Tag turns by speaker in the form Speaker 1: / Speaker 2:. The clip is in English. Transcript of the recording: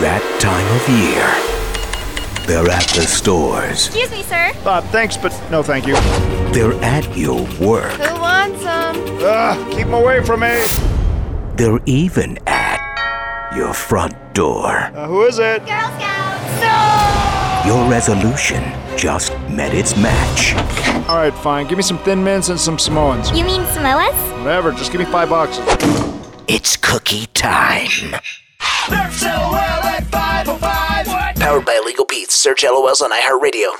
Speaker 1: that time of year. They're at the stores.
Speaker 2: Excuse me, sir.
Speaker 3: Uh, thanks, but no thank you.
Speaker 1: They're at your work.
Speaker 2: Who wants them?
Speaker 3: Ugh, Uh, keep them away from me.
Speaker 1: They're even at your front door.
Speaker 3: Uh, who is it?
Speaker 2: Girl Scouts. No!
Speaker 1: Your resolution just met its match.
Speaker 3: All right, fine. Give me some Thin Mints and some Samoans.
Speaker 2: You mean Samoas?
Speaker 3: Whatever. Just give me five bucks.
Speaker 1: It's cookie time. Powered by Illegal Beats. Search LOLs on iHeartRadio.